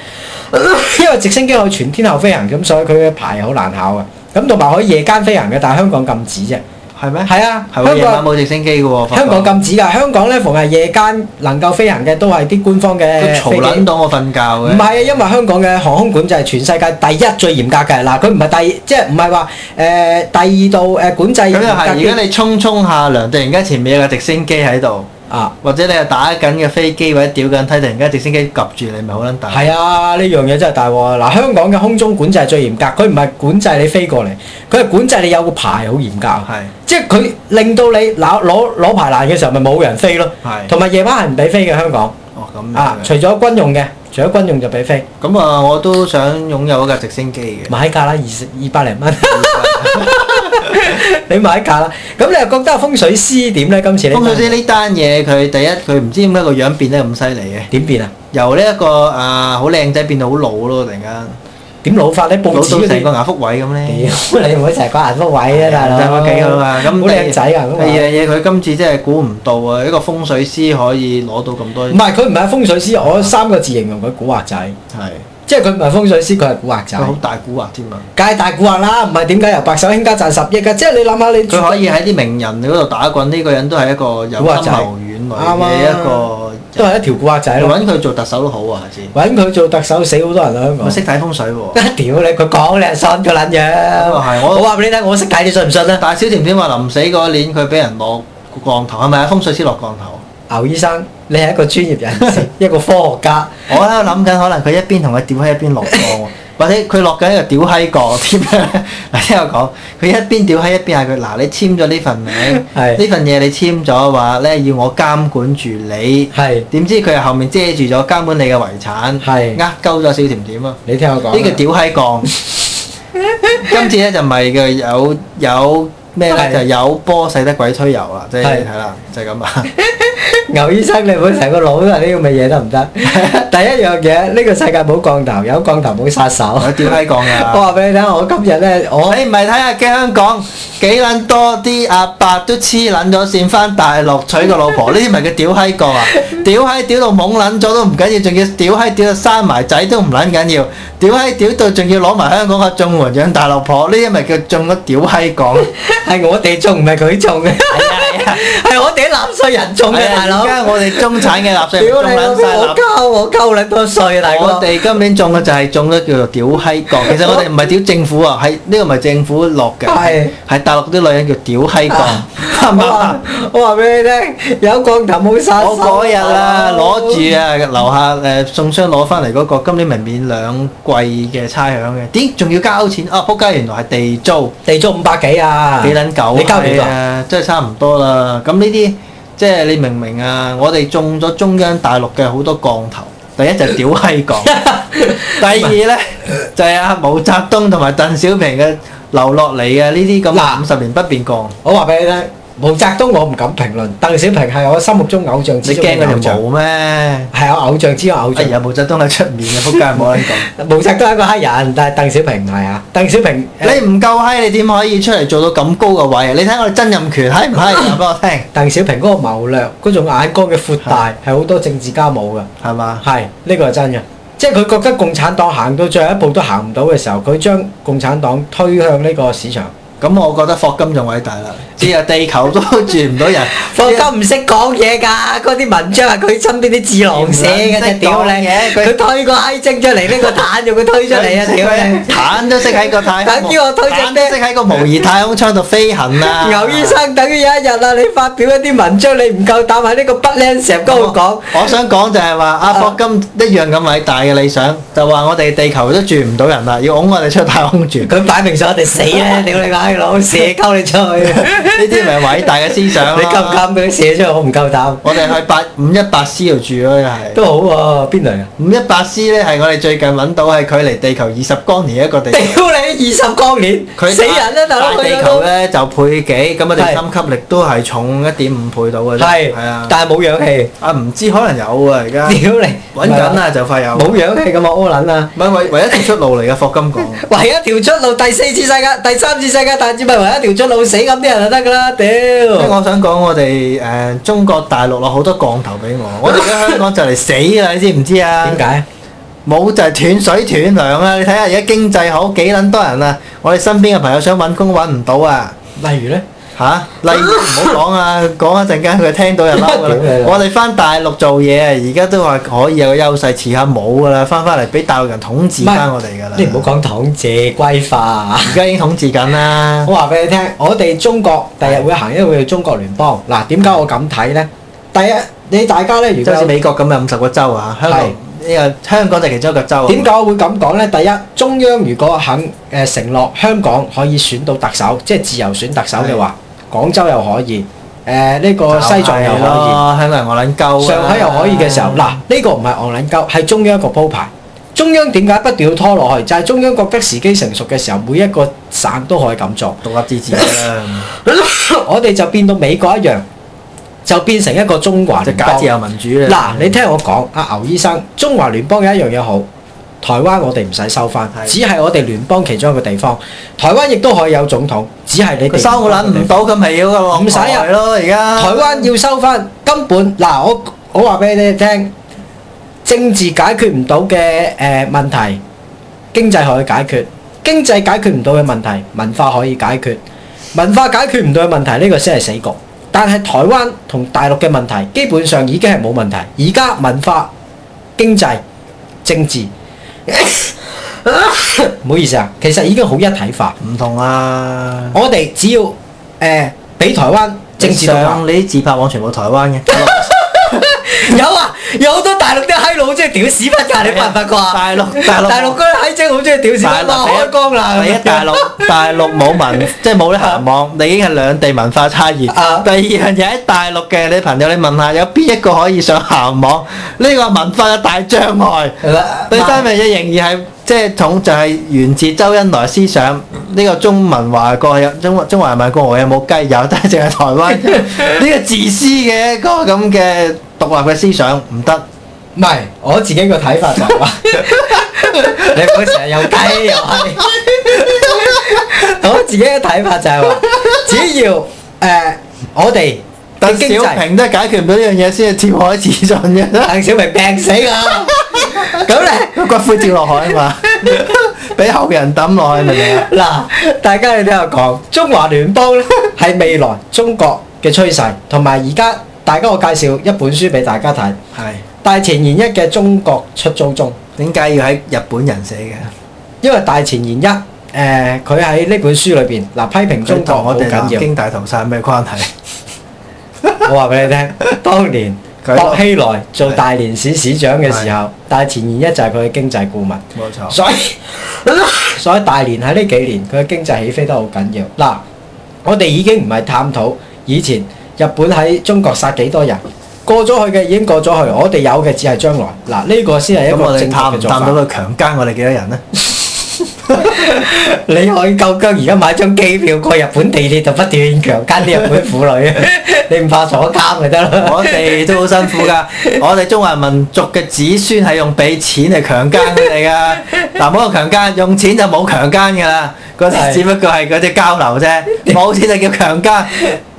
[SPEAKER 1] 因為直升機可以全天候飛行，咁所以佢嘅牌好難考嘅。咁同埋可以夜間飛行嘅，但係香港禁止啫。
[SPEAKER 2] 係咩？
[SPEAKER 1] 係啊，
[SPEAKER 2] 係喎，
[SPEAKER 1] 香
[SPEAKER 2] 夜晚
[SPEAKER 1] 港
[SPEAKER 2] 冇直升機嘅喎。發覺
[SPEAKER 1] 香港禁止㗎。香港咧，逢係夜間能夠飛行嘅，都係啲官方嘅
[SPEAKER 2] 佢
[SPEAKER 1] 飛
[SPEAKER 2] 嘈
[SPEAKER 1] 機
[SPEAKER 2] 撚到我瞓覺
[SPEAKER 1] 唔
[SPEAKER 2] 嘅。
[SPEAKER 1] 係啊，因為香港嘅航空管制係全世界第一最嚴格嘅。嗱，佢唔係第，即係唔係話誒第二度誒管制嚴
[SPEAKER 2] 咁又
[SPEAKER 1] 格
[SPEAKER 2] 係，而
[SPEAKER 1] 啲
[SPEAKER 2] 家你衝衝下涼，突然間前面有架直升機喺度，
[SPEAKER 1] 啊？
[SPEAKER 2] 或者你係打緊嘅飛機或者屌緊梯，突然間直升機及住你，咪好撚大。
[SPEAKER 1] 係啊，呢樣嘢真係大鑊啊！嗱，香港嘅空中管制係最嚴格，佢唔係管制你飛過嚟，佢係管制你有個牌好嚴格啊。
[SPEAKER 2] 係
[SPEAKER 1] 即係佢令到你攞攞攞牌難嘅時候，咪冇人飛咯。
[SPEAKER 2] 係。
[SPEAKER 1] 同埋夜晚係唔俾飛嘅香港
[SPEAKER 2] 哦咁樣
[SPEAKER 1] 啊，除咗軍用嘅，除咗軍用就俾飛，
[SPEAKER 2] 咁啊，我都想擁有一架直升機嘅。
[SPEAKER 1] 買價啦，二十二百
[SPEAKER 2] <laughs>
[SPEAKER 1] 零蚊，你買價啦。咁你又覺得風水師點咧？今次呢單
[SPEAKER 2] 風水師呢單嘢，佢第一佢唔知點解個樣變得咁犀利嘅，
[SPEAKER 1] 點變啊？
[SPEAKER 2] 由呢、一個啊好靚仔變到好老咯，突然間
[SPEAKER 1] 點老法咧？
[SPEAKER 2] 老
[SPEAKER 1] 報
[SPEAKER 2] 到
[SPEAKER 1] 紙嗰
[SPEAKER 2] 成個
[SPEAKER 1] 啲。
[SPEAKER 2] 牙福位咁
[SPEAKER 1] 屌，
[SPEAKER 2] 咧。
[SPEAKER 1] 你唔好成日講顏福偉啊，
[SPEAKER 2] <laughs>
[SPEAKER 1] 大佬！
[SPEAKER 2] 真係幾好啊！咁
[SPEAKER 1] 好靚仔啊！
[SPEAKER 2] 第二樣嘢佢今次真係估唔到啊！一個風水師可以攞到咁多
[SPEAKER 1] 唔，係佢唔係風水師，我三個字形容佢古惑仔，
[SPEAKER 2] 係
[SPEAKER 1] 即係佢唔係風水師，佢係古惑仔
[SPEAKER 2] 佢。好大古惑添啊！
[SPEAKER 1] 梗係大古惑啦，唔係點解由白手興家賺十億㗎？即係你諗下你
[SPEAKER 2] 佢可以喺啲名人嗰度打滾，呢、個人都係一個有深謀遠慮嘅一個
[SPEAKER 1] 都係一條古惑仔
[SPEAKER 2] 人。
[SPEAKER 1] 咯。
[SPEAKER 2] 揾佢做特首都好啊，下次。
[SPEAKER 1] 揾佢做特首死好多人啊！香
[SPEAKER 2] 我
[SPEAKER 1] 港。
[SPEAKER 2] 識睇風水喎、
[SPEAKER 1] 屌你，佢講你係信佢撚樣。
[SPEAKER 2] 咁啊係我
[SPEAKER 1] 我話俾你聽，我識睇，你信唔信啊？
[SPEAKER 2] 但係小甜甜話臨死嗰年佢俾人落降頭，係咪啊？風水師落降頭。
[SPEAKER 1] 牛醫生，你係一個專業人士，一個科學家。
[SPEAKER 2] 我喺度諗緊，可能佢一邊同佢屌閪一邊落降喎，或者佢落緊一個屌閪降添 <laughs> 嗱，聽我講，佢一邊屌閪一邊嗌佢嗱，你簽咗呢份名，
[SPEAKER 1] 係
[SPEAKER 2] 呢份嘢你簽咗話咧，要我監管住你。
[SPEAKER 1] 係
[SPEAKER 2] 點知佢後面遮住咗監管你嘅遺產，
[SPEAKER 1] 係
[SPEAKER 2] 呃鳩咗小甜甜啊！
[SPEAKER 1] 你聽我講啊。
[SPEAKER 2] 呢個屌
[SPEAKER 1] <laughs>
[SPEAKER 2] 閪降。今次咧就唔係嘅，有有咩咧
[SPEAKER 1] 係
[SPEAKER 2] 就有波使得鬼推油啦，即係
[SPEAKER 1] 係
[SPEAKER 2] 係啦，就係咁啊。
[SPEAKER 1] <laughs> 牛醫生，你唔好成個腦都係呢咁嘅嘢得唔得？第一樣嘢，呢個世界冇降頭，有降頭冇殺手。
[SPEAKER 2] 有屌閪降
[SPEAKER 1] 我
[SPEAKER 2] 㗎。
[SPEAKER 1] 話俾你聽，我今日咧，我
[SPEAKER 2] 你唔係睇下嘅香港幾撚多啲阿伯都黐撚咗線翻大陸娶個老婆，呢啲咪叫屌閪過啊！屌閪屌到懵撚咗都唔緊要，仲要屌閪屌到生埋仔都唔撚緊要，屌閪屌到仲要攞埋香港嘅綜援養大老婆，呢啲咪叫中咗屌閪講。
[SPEAKER 1] 係我哋中，唔係佢中嘅，
[SPEAKER 2] 係啊係啊，
[SPEAKER 1] 係我哋啲納税人中嘅大佬
[SPEAKER 2] 而。家我哋中產嘅納
[SPEAKER 1] 屌你
[SPEAKER 2] 税人中
[SPEAKER 1] 老
[SPEAKER 2] 撚
[SPEAKER 1] 味，
[SPEAKER 2] 晒
[SPEAKER 1] 我
[SPEAKER 2] 納。
[SPEAKER 1] 交我交你多税啊，大
[SPEAKER 2] 我
[SPEAKER 1] 哥。
[SPEAKER 2] 哋今年中嘅就係中咗叫做屌閪降，其實我哋唔係屌政府啊，係呢個唔係政府落嘅，
[SPEAKER 1] 係
[SPEAKER 2] 係大陸啲女人叫屌閪降，
[SPEAKER 1] À.
[SPEAKER 2] <laughs> 啱唔啱啊？
[SPEAKER 1] 我話俾你聽，有降頭冇殺手。
[SPEAKER 2] 我嗰日啊，攞住啊，樓下誒送箱攞翻嚟嗰個，今年咪免兩季嘅差餉嘅，點仲要交錢啊？仆街，原來係地租，
[SPEAKER 1] 地租五百幾啊，
[SPEAKER 2] 幾撚狗
[SPEAKER 1] 你交幾
[SPEAKER 2] 係
[SPEAKER 1] 多 <laughs> 啊？
[SPEAKER 2] 啊？真係差唔多啦。咁呢啲即係你明唔明啊？我哋中咗中央大陸嘅好多降頭，第一就係屌
[SPEAKER 1] <laughs>
[SPEAKER 2] 閪降，第二咧就係阿毛澤東同埋鄧小平嘅留落嚟嘅呢啲咁嘅
[SPEAKER 1] 嗱
[SPEAKER 2] 五十年不變降，
[SPEAKER 1] 我話俾你聽，毛澤東我唔敢評論，鄧小平係我心目中偶像
[SPEAKER 2] 你
[SPEAKER 1] 之中
[SPEAKER 2] 驚
[SPEAKER 1] 嘅
[SPEAKER 2] 佢
[SPEAKER 1] 偶
[SPEAKER 2] 條
[SPEAKER 1] 像，
[SPEAKER 2] 毛咩？
[SPEAKER 1] 係我偶像之中嘅偶
[SPEAKER 2] 哎
[SPEAKER 1] 像。
[SPEAKER 2] 呀，毛澤東喺出面嘅，仆街冇撚講。
[SPEAKER 1] 毛澤東係一個黑人，但係鄧小平唔係啊。鄧小平誒
[SPEAKER 2] 你唔夠閪，你點可以出嚟做到咁高嘅位啊？你睇我哋曾蔭權閪
[SPEAKER 1] <laughs>
[SPEAKER 2] 唔閪？話俾我聽，
[SPEAKER 1] 鄧小平嗰個謀略、嗰種眼光嘅闊大，係好多政治家冇嘅。
[SPEAKER 2] 係嘛？
[SPEAKER 1] 係呢個係真嘅，即係佢覺得共產黨行到最後一步都行唔到嘅時候，佢將共產黨推向呢個市場。
[SPEAKER 2] 咁我覺得霍金仲偉大啦。知啊，地球都住
[SPEAKER 1] <laughs>
[SPEAKER 2] 唔到人。
[SPEAKER 1] 放心唔識講嘢㗎，嗰啲文章係佢身邊啲智囊寫嘅啫，屌你！佢推個閪精出嚟，呢個蛋用佢推出嚟
[SPEAKER 2] <laughs>
[SPEAKER 1] 啊，屌你！
[SPEAKER 2] 彈都識喺個太空，
[SPEAKER 1] 等於我推隻
[SPEAKER 2] 彈
[SPEAKER 1] 咩
[SPEAKER 2] 都識喺個模擬太空艙度飛行啊！
[SPEAKER 1] 牛醫生，等於有一日啊，你發表一啲文章，你唔夠膽喺呢個不靚石嗰度
[SPEAKER 2] <laughs>
[SPEAKER 1] 講。
[SPEAKER 2] 我我想講就係話阿
[SPEAKER 1] 啊
[SPEAKER 2] 霍金一樣咁偉大嘅理想，就話我哋地球都住唔到人啦，要拱我哋出太空住。
[SPEAKER 1] 佢擺明想我哋死咧，屌你個閪佬，射鳩你出去！
[SPEAKER 2] 呢啲咪偉大嘅思想咯
[SPEAKER 1] 你夠唔夠膽俾佢射出去？我唔夠膽，
[SPEAKER 2] 我哋去八五一八 C 度住咯，又係
[SPEAKER 1] 都好喎。邊輪啊？
[SPEAKER 2] 五一八 C 咧，係我哋最近揾到係距離地球二十光年一個地
[SPEAKER 1] 屌。你二十光年，
[SPEAKER 2] 佢
[SPEAKER 1] 死人啦，大佬
[SPEAKER 2] 大
[SPEAKER 1] 去
[SPEAKER 2] 地
[SPEAKER 1] 到
[SPEAKER 2] 球
[SPEAKER 1] 都
[SPEAKER 2] 咧就倍幾，咁我哋
[SPEAKER 1] 係
[SPEAKER 2] 深吸力都係重一點五倍到嘅啫。
[SPEAKER 1] 係
[SPEAKER 2] 係啊，，
[SPEAKER 1] 但係冇氧氣。
[SPEAKER 2] 啊唔知可能有啊而家
[SPEAKER 1] 屌你，
[SPEAKER 2] 揾緊啊，就快有。
[SPEAKER 1] 冇氧氣咁啊，屙撚啊！
[SPEAKER 2] 唔係唯唯一條出路嚟嘅，霍
[SPEAKER 1] <laughs>
[SPEAKER 2] 金講。
[SPEAKER 1] 唯一條出路，第四次世界、第三次世界大戰咪唯一條出路，死咁啲人就得㗎啦，屌！
[SPEAKER 2] 即係我想講，我哋誒、中國大陸落好多降頭俾我，我哋而家香港就嚟死啦，你知唔知啊？
[SPEAKER 1] 點？解？
[SPEAKER 2] 冇就係斷水斷糧啦！你睇下而家經濟好幾撚多人啊！我哋身邊嘅朋友想揾工揾唔到啊！
[SPEAKER 1] 例如咧，
[SPEAKER 2] 吓？例如唔好講啊，講一陣間佢聽到就嬲噶啦
[SPEAKER 1] 屌你老！母
[SPEAKER 2] 我哋翻大陸做嘢啊，而家都話可以有個優勢，遲下冇噶啦，翻翻嚟俾大陸人統治翻我哋噶啦。
[SPEAKER 1] 你唔好講統治歸化啊！
[SPEAKER 2] 而家已經統治緊啦。
[SPEAKER 1] 我話俾你聽，我哋中國第日會行一個叫中國聯邦。嗱，點解我咁睇咧？第一，你大家咧，如
[SPEAKER 2] 即係好似
[SPEAKER 1] 果
[SPEAKER 2] 美國咁有五十個州啊，香港呢個香港就其中一個州啊。
[SPEAKER 1] 點解我會咁講咧？第一，中央如果肯誒、呃承諾香港可以選到特首，即係自由選特首嘅話，廣州又可以，誒、呃呢、個西藏又可以。
[SPEAKER 2] 咯，啊香港人我撚鳩啊，
[SPEAKER 1] 上海又可以嘅時候，嗱呢、個唔係昂撚鳩，係中央一個鋪排。中央點解不斷要拖落去？就係、中央覺得時機成熟嘅時候，每一個省都可以咁
[SPEAKER 2] <laughs>
[SPEAKER 1] 做。
[SPEAKER 2] 獨立自治啦，
[SPEAKER 1] 我哋就變到美國一樣，就變成一個中華
[SPEAKER 2] 就
[SPEAKER 1] 聯
[SPEAKER 2] 假
[SPEAKER 1] 邦
[SPEAKER 2] 自。由民主啊。
[SPEAKER 1] 嗱，你聽我講，阿牛醫生，中華聯邦有一樣嘢好，台灣我哋唔使收翻，
[SPEAKER 2] 係
[SPEAKER 1] 只係我哋聯邦其中一個地方。台灣亦都可以有總統，只係你
[SPEAKER 2] 佢
[SPEAKER 1] 哋
[SPEAKER 2] 收我
[SPEAKER 1] 聯邦嘅地方
[SPEAKER 2] 撚唔到，咁咪要個
[SPEAKER 1] 唔使啊
[SPEAKER 2] 落台咯，而家
[SPEAKER 1] 台灣要收翻，根本嗱，我我話俾你聽，政治解決唔到嘅誒問題，經濟可以解決；經濟解決唔到嘅問題，文化可以解決；文化解決唔到嘅問題，呢、個先係死局。但係台灣同大陸嘅問題，基本上已經係冇問題。而家文化、經濟、政治，唔好意思啊，其實已經好一體化。
[SPEAKER 2] 唔同啊。
[SPEAKER 1] 我哋只要誒俾、台灣政治獨立
[SPEAKER 2] 上你啲自拍網全部台灣嘅，
[SPEAKER 1] <laughs> 有啊，有好多大陸啲閪佬好中意屌屎忽㗎，你發唔發覺 <laughs> 啊？
[SPEAKER 2] 大陸大陸
[SPEAKER 1] 大陸嗰啲閪精好中意屌屎
[SPEAKER 2] 大
[SPEAKER 1] 忽啊，
[SPEAKER 2] 陸
[SPEAKER 1] 開光啦！
[SPEAKER 2] 第一
[SPEAKER 1] <laughs>
[SPEAKER 2] 大陸大陸冇文，即係冇啲行網，你已經係兩地文化差異。
[SPEAKER 1] 啊
[SPEAKER 2] 第二樣嘢喺大陸嘅你朋友，你問下有邊一個可以上行網？呢個文化嘅大障
[SPEAKER 1] <laughs>
[SPEAKER 2] 礙。
[SPEAKER 1] 係啦
[SPEAKER 2] 第三樣嘢仍然係即係統就係源自周恩來思想，呢個中文華國有中中華人民共和國有冇雞有，但係淨係台灣
[SPEAKER 1] <laughs>
[SPEAKER 2] 呢個自私嘅一個咁嘅獨立嘅思想唔得。
[SPEAKER 1] 唔係我自己個睇法就
[SPEAKER 2] <laughs>
[SPEAKER 1] 係話，你唔好成日又雞又係。我自己嘅睇法就係話，只要誒、呃我哋
[SPEAKER 2] 鄧
[SPEAKER 1] 嘅經
[SPEAKER 2] 小
[SPEAKER 1] 濟，
[SPEAKER 2] 平都係解決唔到呢樣嘢，先係跳海自盡嘅。
[SPEAKER 1] 鄧小平病死㗎，咁咧。
[SPEAKER 2] 個骨灰跳落海啊
[SPEAKER 1] <laughs>
[SPEAKER 2] 嘛，俾後人抌落去明唔明啊？
[SPEAKER 1] 嗱，大家你聽我講，中華聯邦咧 <laughs> 係未來中國嘅趨勢，同埋而家大家我介紹一本書俾大家睇，
[SPEAKER 2] 係
[SPEAKER 1] 大前研一嘅《中國出租中
[SPEAKER 2] 點解要喺日本人寫嘅？》，
[SPEAKER 1] 因為大前研一誒佢喺呢本書裏邊嗱批評中
[SPEAKER 2] 中
[SPEAKER 1] 國
[SPEAKER 2] 同
[SPEAKER 1] 好
[SPEAKER 2] 我哋南
[SPEAKER 1] 緊要，
[SPEAKER 2] 京大屠殺有咩關係？
[SPEAKER 1] 我話俾你 <laughs> 聽，當年
[SPEAKER 2] 佢
[SPEAKER 1] 薄熙來做大連市市長嘅時候，大前研一就係佢嘅經濟顧問。
[SPEAKER 2] 冇錯，
[SPEAKER 1] 所以 <laughs> 所以大連喺呢幾年佢嘅經濟起飛得好緊要。嗱，我哋已經唔係探討以前日本喺中國殺幾多人，過咗去嘅已經過咗去，我哋有嘅只係將來。嗱，呢個先係
[SPEAKER 2] 咁
[SPEAKER 1] 一個
[SPEAKER 2] 我
[SPEAKER 1] 正
[SPEAKER 2] 哋
[SPEAKER 1] 確
[SPEAKER 2] 探
[SPEAKER 1] 嘅
[SPEAKER 2] 唔
[SPEAKER 1] 做
[SPEAKER 2] 探到
[SPEAKER 1] 法。
[SPEAKER 2] 佢強姦我哋幾多人咧？
[SPEAKER 1] <laughs> 你可以夠姜而家買張機票過日本地鐵就不斷強姦啲日本婦女， <laughs> 你唔怕坐監咪得咯？
[SPEAKER 2] <laughs> 我哋都好辛
[SPEAKER 1] <laughs>
[SPEAKER 2] 苦噶，我哋中華民族嘅子孫係用俾錢嚟強姦佢哋
[SPEAKER 1] <laughs>
[SPEAKER 2] 噶。嗱，唔好用強姦，用錢就冇強姦噶啦。嗰
[SPEAKER 1] 係 <laughs>
[SPEAKER 2] 啲只不過係嗰啲交流啫，冇錢就叫強姦。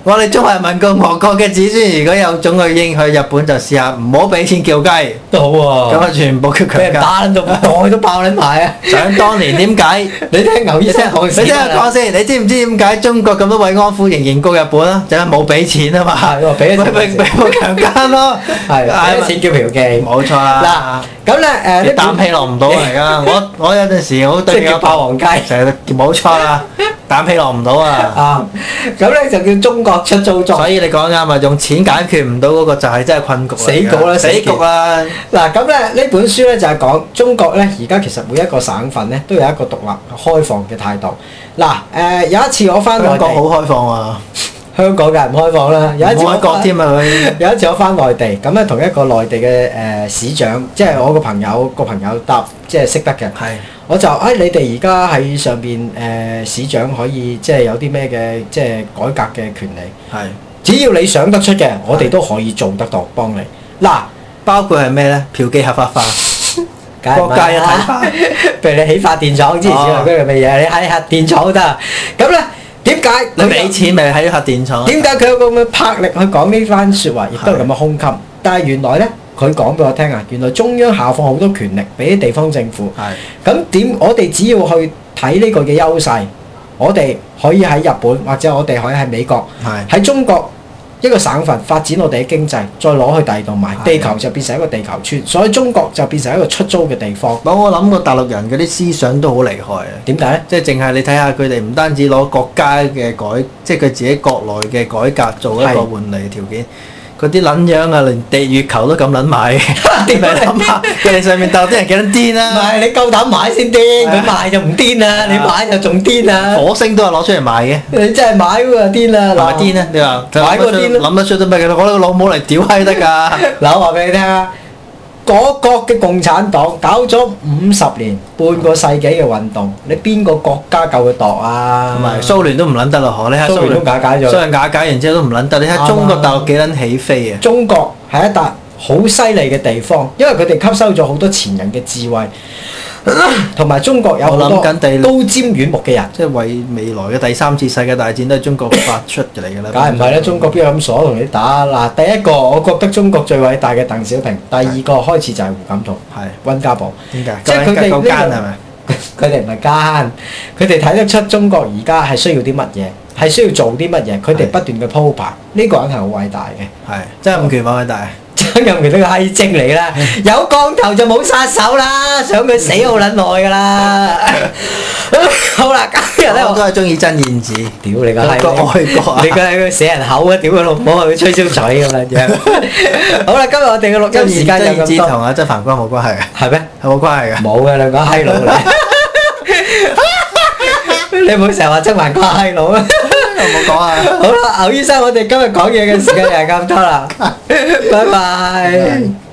[SPEAKER 2] 我哋中華人民共和國嘅子孫，如果有種去應去日本就試下，唔好俾錢叫雞，咁
[SPEAKER 1] 都好喎、
[SPEAKER 2] 啊全部叫強
[SPEAKER 1] 俾人
[SPEAKER 2] 雞。
[SPEAKER 1] 哦打撚到袋都爆撚埋啊！
[SPEAKER 2] 想當年
[SPEAKER 1] <laughs>
[SPEAKER 2] 點解？
[SPEAKER 1] 你聽牛醫
[SPEAKER 2] 你聽
[SPEAKER 1] 生
[SPEAKER 2] 我
[SPEAKER 1] 講
[SPEAKER 2] 你聽我講先，你知唔知點解中國咁多慰安婦仍然告日本啊？就係冇俾錢啊嘛，
[SPEAKER 1] 係喎俾咗錢
[SPEAKER 2] 俾俾俾強姦咯，
[SPEAKER 1] 係俾咗錢叫嫖妓。
[SPEAKER 2] 冇錯
[SPEAKER 1] 嗱
[SPEAKER 2] 啦。
[SPEAKER 1] 咁咧誒
[SPEAKER 2] 你
[SPEAKER 1] 呢
[SPEAKER 2] 膽氣落唔到嚟 <laughs> 噶，我我有陣時好對
[SPEAKER 1] 即
[SPEAKER 2] 你
[SPEAKER 1] 係叫
[SPEAKER 2] 有
[SPEAKER 1] 霸王雞
[SPEAKER 2] 成日都冇錯啦，膽氣落唔到 <laughs> 啊！
[SPEAKER 1] 啊，咁咧就叫中國出租作。
[SPEAKER 2] 所以你講啱啊，用錢解決唔到嗰個就係真係困局嚟㗎
[SPEAKER 1] 死局啦
[SPEAKER 2] 死
[SPEAKER 1] 死
[SPEAKER 2] 局
[SPEAKER 1] 局
[SPEAKER 2] 啦！
[SPEAKER 1] 嗱咁咧呢本書咧就係講中國咧而家其實每一個省份咧都有一個獨立開放嘅態度。嗱誒、有一次我翻內
[SPEAKER 2] 香港
[SPEAKER 1] 地，
[SPEAKER 2] 好開放啊，
[SPEAKER 1] 香港梗係唔開放啦。有一次
[SPEAKER 2] 冇
[SPEAKER 1] 我
[SPEAKER 2] 一國
[SPEAKER 1] 翻
[SPEAKER 2] 添啊佢。
[SPEAKER 1] 有一次我翻內地，咁咧同一個內地嘅誒、市長，即係我個朋友個朋友搭即係識得嘅，
[SPEAKER 2] 係
[SPEAKER 1] 我就誒、哎你哋而家喺上邊誒、市長可以即係有啲咩嘅即係改革嘅權利，
[SPEAKER 2] 係，
[SPEAKER 1] 只要你想得出嘅，我哋都可以做得到幫你。嗱，
[SPEAKER 2] 包括係咩咧？嫖妓合法化，
[SPEAKER 1] 梗係唔係
[SPEAKER 2] 國家一體
[SPEAKER 1] 啦
[SPEAKER 2] 化
[SPEAKER 1] 譬如你起發電廠之前
[SPEAKER 2] 哦
[SPEAKER 1] 嗰樣嘅嘢，你喺核電廠都得。咁咧點解佢
[SPEAKER 2] 你
[SPEAKER 1] 有
[SPEAKER 2] 俾錢咪喺核電廠？啊
[SPEAKER 1] 點解佢有咁嘅魄力去講呢番説話，亦都係咁嘅胸襟？但係原來咧，佢講俾我聽啊，原來中央下放好多權力俾啲地方政府。
[SPEAKER 2] 係
[SPEAKER 1] 咁點？我哋只要去睇呢個嘅優勢，我哋可以喺日本或者我哋可以喺美國、
[SPEAKER 2] 係
[SPEAKER 1] 喺中國一個省份發展我哋嘅經濟，再攞去第二度賣
[SPEAKER 2] 係，
[SPEAKER 1] 地球就變成一個地球村，所以中國就變成一個出租嘅地方。
[SPEAKER 2] 我我諗個大陸人嗰啲思想都好厲害啊！
[SPEAKER 1] 點解咧？
[SPEAKER 2] 即係淨係你睇下佢哋唔單止攞國家嘅改，即係佢自己國內嘅改革做一個
[SPEAKER 1] 係
[SPEAKER 2] 換嚟條件。嗰啲撚樣啊，連地月球都咁撚
[SPEAKER 1] <laughs>
[SPEAKER 2] 買嘅， <laughs> 你咪諗下佢哋上面鬥啲人幾
[SPEAKER 1] 唔
[SPEAKER 2] 撚癲啦！
[SPEAKER 1] 係你夠膽買先癲，
[SPEAKER 2] 係啊
[SPEAKER 1] 佢賣就唔癲啦，你買就仲癲啦。
[SPEAKER 2] 火星都係攞出嚟賣嘅，
[SPEAKER 1] 你真係買嗰個癲啦，
[SPEAKER 2] 係咪
[SPEAKER 1] 嗱
[SPEAKER 2] 癲咧？你話
[SPEAKER 1] 買個癲啦
[SPEAKER 2] 諗得出都咩嘅？我個老母嚟屌閪得㗎，
[SPEAKER 1] 嗱，我話俾你聽啊，嗰國嘅共產黨搞咗五十年半個世紀嘅運動，你邊個國家夠佢度啊？
[SPEAKER 2] 同埋蘇聯都唔撚得啦，可你睇下
[SPEAKER 1] 蘇聯都
[SPEAKER 2] 蘇
[SPEAKER 1] 瓦解
[SPEAKER 2] 聯，蘇
[SPEAKER 1] 咗，
[SPEAKER 2] 聯瓦解完之後都唔撚得，你睇下中國大陸幾撚起飛啊！
[SPEAKER 1] 中國係一笪好犀利嘅地方，因為佢哋吸收咗好多前人嘅智慧，同埋中國有好多
[SPEAKER 2] 我諗緊地
[SPEAKER 1] 高瞻遠目嘅人。
[SPEAKER 2] 即係為未來嘅第三次世界大戰都係中國發出嘅嚟㗎啦。
[SPEAKER 1] 梗係唔係啦？中國邊有咁傻同你打？嗱，第一個我覺得中國最偉大嘅鄧小平，第二個開始就係胡錦濤、
[SPEAKER 2] 係
[SPEAKER 1] 温家寶。
[SPEAKER 2] 點解？
[SPEAKER 1] 即係佢哋呢個
[SPEAKER 2] 夠奸係咪？
[SPEAKER 1] <laughs> 佢哋唔係奸，佢哋睇得出中國而家係需要啲乜嘢，係需要做啲乜嘢，佢哋不斷嘅鋪排，呢、個人係好偉大嘅。
[SPEAKER 2] 係真係五權發揮大。
[SPEAKER 1] 曾蔭權都個閪精嚟啦，有光頭就冇殺手啦，想佢死好撚耐噶啦。好啦，今日咧
[SPEAKER 2] 我
[SPEAKER 1] 我
[SPEAKER 2] 都係中意真燕子。
[SPEAKER 1] 屌你個
[SPEAKER 2] 個愛國啊
[SPEAKER 1] 閪，你個閪佢死人口啊！屌佢老母，佢吹簫嘴咁樣樣。好啦，今日我哋嘅錄音
[SPEAKER 2] 真
[SPEAKER 1] 時
[SPEAKER 2] 燕
[SPEAKER 1] 間
[SPEAKER 2] 真
[SPEAKER 1] 就
[SPEAKER 2] 燕子
[SPEAKER 1] 咁
[SPEAKER 2] 同
[SPEAKER 1] 多，
[SPEAKER 2] 阿曾凡光冇關係嘅，
[SPEAKER 1] 係咩？
[SPEAKER 2] 係冇關係嘅。
[SPEAKER 1] 冇嘅兩個閪佬嚟，你唔好成日話曾文個閪佬啊！
[SPEAKER 2] 我冇講啊。
[SPEAKER 1] 好啦，牛醫生，我哋今日講嘢嘅時間又係咁多啦，拜拜。